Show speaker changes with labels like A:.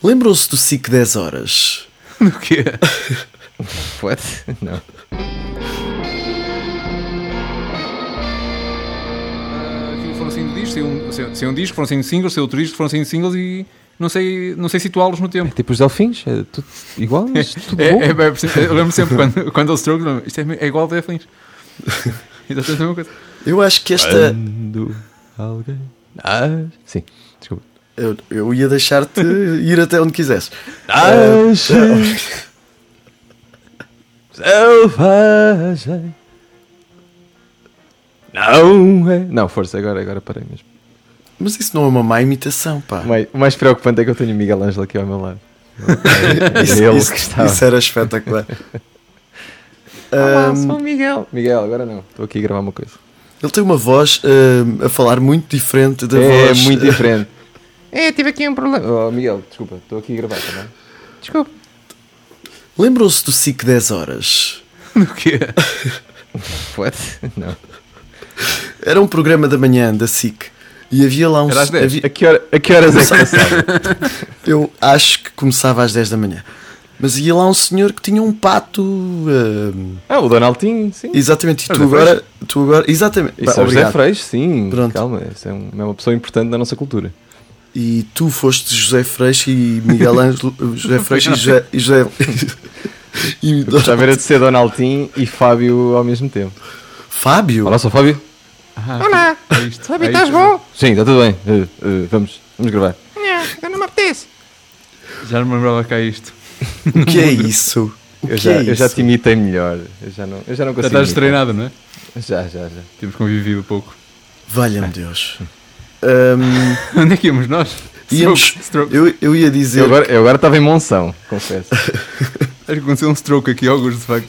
A: Lembram-se do SIC 10 horas?
B: Do quê?
C: What? Não.
B: Ah, Aquilo foram saindo discos, saiu um, saiu- saiu um disco, foram saindo singles, saiu outro disco, foram saindo singles e não sei, não sei situá-los no tempo.
C: Tipo os delfins, é tudo igual, mas tudo
B: É,
C: bom.
B: é, bem possível. eu lembro sempre quando, quando eles trocam, isto é, me- é igual ao Deflins. Exatamente a mesma coisa.
A: Eu acho que esta.
C: Quando alguém. Ah, sim, desculpa.
A: Eu, eu ia deixar-te ir até onde quisesse.
C: Ah, Acha. Selvagem. Não é. Não, força, agora, agora parei mesmo.
A: Mas isso não é uma má imitação, pá.
C: O mais, o mais preocupante é que eu tenho o Miguel Ângelo aqui ao meu lado. É
A: Isso,
C: ele
A: isso-
C: que estava.
A: isso era espetacular. Ah,
C: Olá, sou Ah, o Miguel. Miguel, agora não. Estou aqui a gravar uma coisa.
A: Ele tem uma voz ahm, a falar muito diferente da
C: É
A: voz. Ah,
C: muito diferente. é, tive aqui um problema. Oh, Miguel, desculpa, estou aqui a gravar tá também. Desculpa.
A: Lembram-se do SIC 10 horas?
B: Do quê?
C: What? Não.
A: Era um programa da manhã da SIC. E havia lá um.
B: Era às 10.
A: havia-
C: A que, hora- a que horas é que passava?
A: Eu acho que começava às 10 da manhã. Mas ia lá um senhor que tinha um pato. ahm,
C: ah, o Donaldinho, sim.
A: exatamente. E
B: Era
A: tu
B: o Zé
A: agora, tu agora. Exatamente.
C: Isso
A: Pá,
C: é o José
A: obrigado.
C: Freixo, sim.
A: Pronto.
C: Calma, isso é, um- é uma pessoa importante da nossa cultura.
A: E tu foste José Freixo e Miguel Ângelo, José Freixo e José. E José e
C: Eu gostava era de ser Donaldinho e Fábio ao mesmo tempo.
A: Fábio?
C: Olá, sou o Fábio.
B: Ah, Olá! É isto,
D: Sabe,
B: é
D: estás
B: isto.
D: bom?
C: Sim, está tudo bem. Uh, uh, vamos, vamos gravar.
D: Não, eu não me apetece.
B: Já não me lembrava cá isto.
A: O que é isso? O
C: Eu
A: que
C: já,
A: é isso?
C: eu já te imitei melhor. Eu já não, eu já não
B: Já
C: consigo.
B: estás
C: imitar.
B: treinado, não é?
C: Já, já, já.
B: Temos convivido pouco.
A: Valha-me Deus. Ahm,
B: Onde é que íamos nós?
A: Íamos-
B: Stroke, stroke.
A: eu, eu ia
C: Eu
A: dizer.
C: agora, eu agora estava em monção, confesso.
B: Acho que aconteceu um stroke aqui, alguns de facto.